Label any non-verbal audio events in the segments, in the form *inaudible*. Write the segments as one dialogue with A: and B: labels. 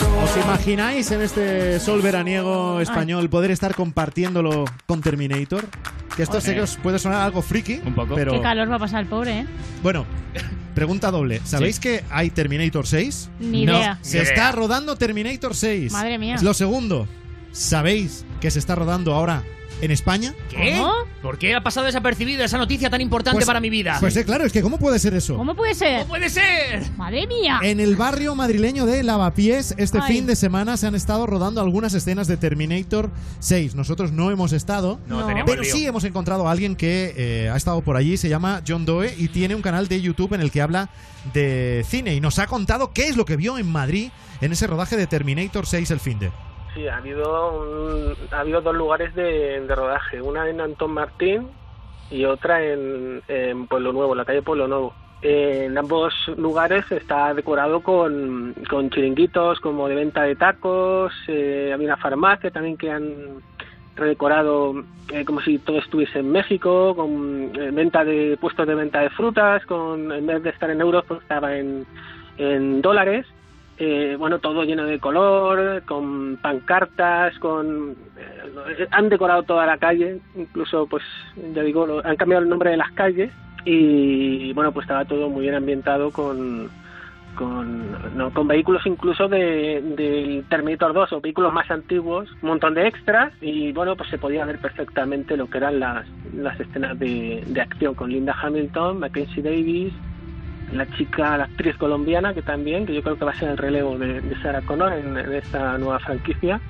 A: ¿Os imagináis en este sol veraniego español poder estar compartiéndolo con Terminator? Que esto sé que os puede sonar algo friki,
B: Un poco.
A: pero
C: Qué calor va a pasar el pobre, ¿eh?
A: bueno, pregunta doble. ¿Sabéis que hay Terminator 6?
C: Ni
B: No.
C: idea.
A: Se
B: Ni idea.
A: está rodando Terminator 6.
C: Madre mía.
A: Lo segundo, ¿sabéis que se está rodando ahora en España?
B: ¿Qué?
C: ¿Cómo?
B: ¿Por qué ha pasado desapercibida esa noticia tan importante
A: Pues-
B: para mi vida?
A: Pues eh, claro, es que ¿cómo puede ser eso?
C: ¿Cómo puede ser?
B: ¡No puede ser!
C: Madre mía.
A: En el barrio madrileño de Lavapiés, este
C: Ay.
A: fin de semana se han estado rodando algunas escenas de Terminator 6. Nosotros no hemos estado.
B: No,
C: No.
B: tenemos
A: Pero
B: lío.
A: sí hemos encontrado a alguien que eh, ha estado por allí, se llama John Doe y tiene un canal de YouTube en el que habla de cine y nos ha contado qué es lo que vio en Madrid en ese rodaje de Terminator 6 el fin de.
D: Sí, ha habido, un- ha habido dos lugares de, de rodaje, una en Antón Martín y otra en, en Pueblo Nuevo, la calle Pueblo Nuevo. En ambos lugares está decorado con, con chiringuitos como de venta de tacos, eh, había una farmacia también que han redecorado eh, como si todo estuviese en México, con eh, venta de puestos de venta de frutas, con en vez de estar en euros pues estaba en, en dólares eh, bueno, todo lleno de color, con pancartas, con eh, han decorado toda la calle, incluso, pues, ya digo, lo- han cambiado el nombre de las calles y, bueno, pues estaba todo muy bien ambientado con con, no, con vehículos incluso de, del Terminator 2 o vehículos más antiguos, un montón de extras y bueno, pues se podía ver perfectamente lo que eran las, las escenas de, de acción con Linda Hamilton, Mackenzie Davis, la chica, la actriz colombiana, que también, que yo creo que va a ser el relevo de, de Sarah Connor en, en esta nueva franquicia.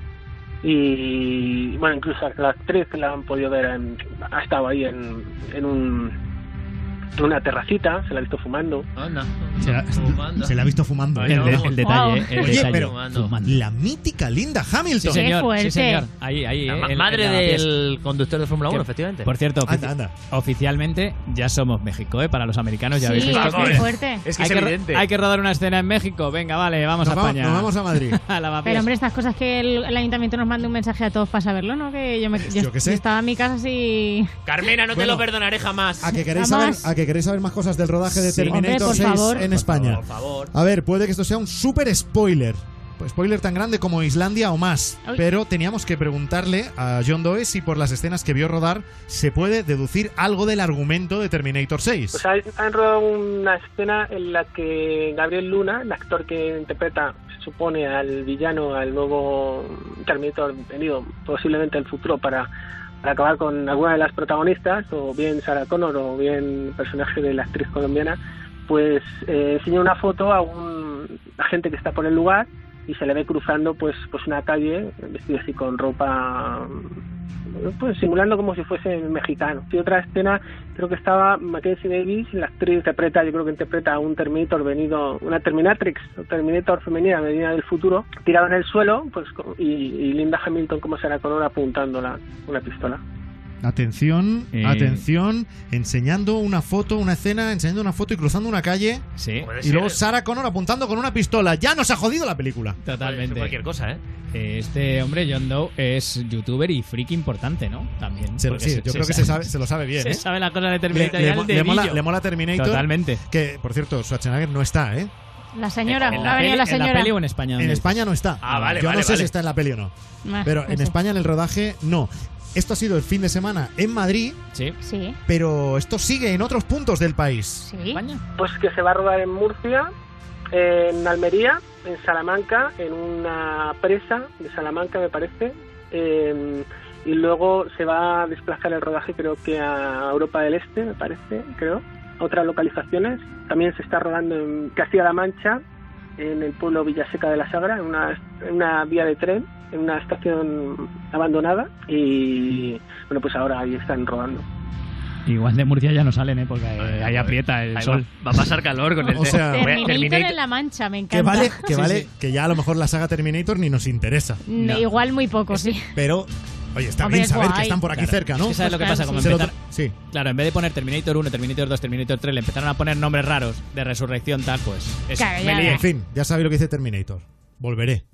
D: Y bueno, incluso la actriz que la han podido ver, en- ha estado ahí en, en un- en una terracita, se la ha visto fumando.
E: Anda.
A: Se la,
E: Fumando.
A: se la ha visto fumando.
E: Ay, no.
F: El, de- el detalle,
C: Wow.
F: eh, el
A: Oye,
F: detalle.
A: pero-
F: Fumando.
A: La mítica Linda
F: Sí,
A: Hamilton.
F: señor.
C: fuerte.
F: Sí, señor. Ahí, ahí.
E: La
F: eh,
E: ma-
F: en-
E: madre
F: en la fiesta.
E: del conductor de Fórmula
F: Que-
E: 1, efectivamente.
F: Por cierto, ofici-
A: Anda, anda.
F: oficialmente ya somos México, ¿eh? Para los americanos ya
C: sí,
F: habéis
C: es
F: visto.
C: muy
B: Vamos,
C: fuerte.
B: Es que
F: hay,
B: es
F: que,
B: evidente.
F: hay que rodar una escena en México. Venga, vale, vamos
A: Nos
F: a
A: vamos-
F: España.
A: nos vamos a Madrid.
F: *laughs* a la
C: Pero hombre, estas cosas que el, el ayuntamiento nos mande un mensaje a todos para saberlo, ¿no? Que yo, me, yo,
A: Yo qué sé.
C: yo estaba en mi casa así...
E: Carmena, no te
A: Bueno.
E: lo perdonaré jamás.
A: ¿A que, queréis saber,
C: Jamás.
A: a que queréis saber más cosas del rodaje de
F: Sí.
A: Terminator
C: Hombre, por
A: 6
C: favor.
A: en España?
E: Por favor.
A: A ver, puede que esto sea un super spoiler. Pues Spoiler tan grande como Islandia o más.
C: Ay.
A: Pero teníamos que preguntarle a John Doe si por las escenas que vio rodar se puede deducir algo del argumento de Terminator 6.
D: O sea, han rodado una escena en la que Gabriel Luna, el actor que interpreta, se supone, al villano, al nuevo Terminator venido posiblemente el futuro para, para acabar con alguna de las protagonistas, o bien Sarah Connor, o bien el personaje de la actriz colombiana, pues eh, enseña una foto a un agente que está por el lugar y se le ve cruzando pues pues una calle vestido así con ropa pues simulando como si fuese mexicano. Y otra escena creo que estaba Mackenzie Davis, la actriz interpreta, yo creo que interpreta a un Terminator venido, una Terminatrix, o Terminator femenina venida del futuro, tirada en el suelo, pues co- y, y Linda Hamilton como Sarah Connor apuntándola una pistola.
A: Atención,
F: Eh.
A: atención, enseñando una foto, una escena, enseñando una foto y cruzando una calle.
F: Sí,
E: Puede
A: Y luego
E: ser
A: Sarah Connor apuntando con una pistola. Ya nos ha jodido la película.
F: totalmente.
E: Cualquier cosa, ¿eh?
F: Este hombre, John Doe, es youtuber y friki importante, ¿no? También.
A: Se-
F: Porque
A: sí, yo creo que se, sabe, se lo sabe bien.
F: se
A: ¿eh?
F: sabe la cosa de
A: Le,
F: Terminator.
A: le
F: ya
A: mo-
F: al
A: le mola,
F: dedillo.
A: le mola Terminator.
F: Totalmente.
A: Que, por cierto, Schwarzenegger no está, ¿eh?
C: La señora,
F: ¿En
C: no
F: la,
C: ha venido
F: peli,
C: la
F: en la
C: señora.
F: peli o en España?
A: En España no está.
E: Ah, vale,
A: Yo
E: vale,
A: no sé
E: vale.
A: si está en la peli o no.
C: Ah,
A: Pero
C: no
A: en
C: sé.
A: España en el rodaje no. Esto ha sido el fin de semana en Madrid,
F: Sí.
C: Sí,
A: pero esto sigue en otros puntos del país.
C: sí.
F: España.
D: Pues que se va a rodar en Murcia, en Almería, en Salamanca, en una presa de Salamanca me parece, eh, y luego se va a desplazar el rodaje creo que a Europa del Este me parece, creo, a otras localizaciones. También se está rodando en Castilla-La Mancha, en el pueblo Villaseca de la Sagra, en una, en una vía de tren, en una estación abandonada, y bueno pues ahora ahí están rodando.
F: Igual de Murcia ya no salen, ¿eh? Porque eh, ahí aprieta el
E: Ahí
F: sol.
E: Va, va a pasar calor con el
A: O sea,
C: Terminator,
E: *laughs* Terminator.
C: en la mancha, me encanta.
A: Que vale, que
F: Sí,
A: vale,
F: sí.
A: que ya a lo mejor la saga Terminator ni nos interesa.
C: Mm,
F: No.
C: Igual muy poco, sí.
A: Pero, oye, está
C: Hombre,
A: bien
C: es
A: saber que
C: guay.
A: están por aquí
F: Claro.
A: cerca,
F: Es
A: ¿no?
F: que ¿Sabes lo que
C: Pues
F: pasa?
C: claro,
F: Como
A: Se lo
F: empezar-
A: tra- sí.
F: Claro, en vez de poner Terminator 1, Terminator 2, Terminator 3, le empezaron a poner nombres raros de resurrección, tal, pues. eso.
C: Claro, ya
F: Me lié.
C: verás.
A: En fin, ya sabéis lo que dice Terminator. Volveré.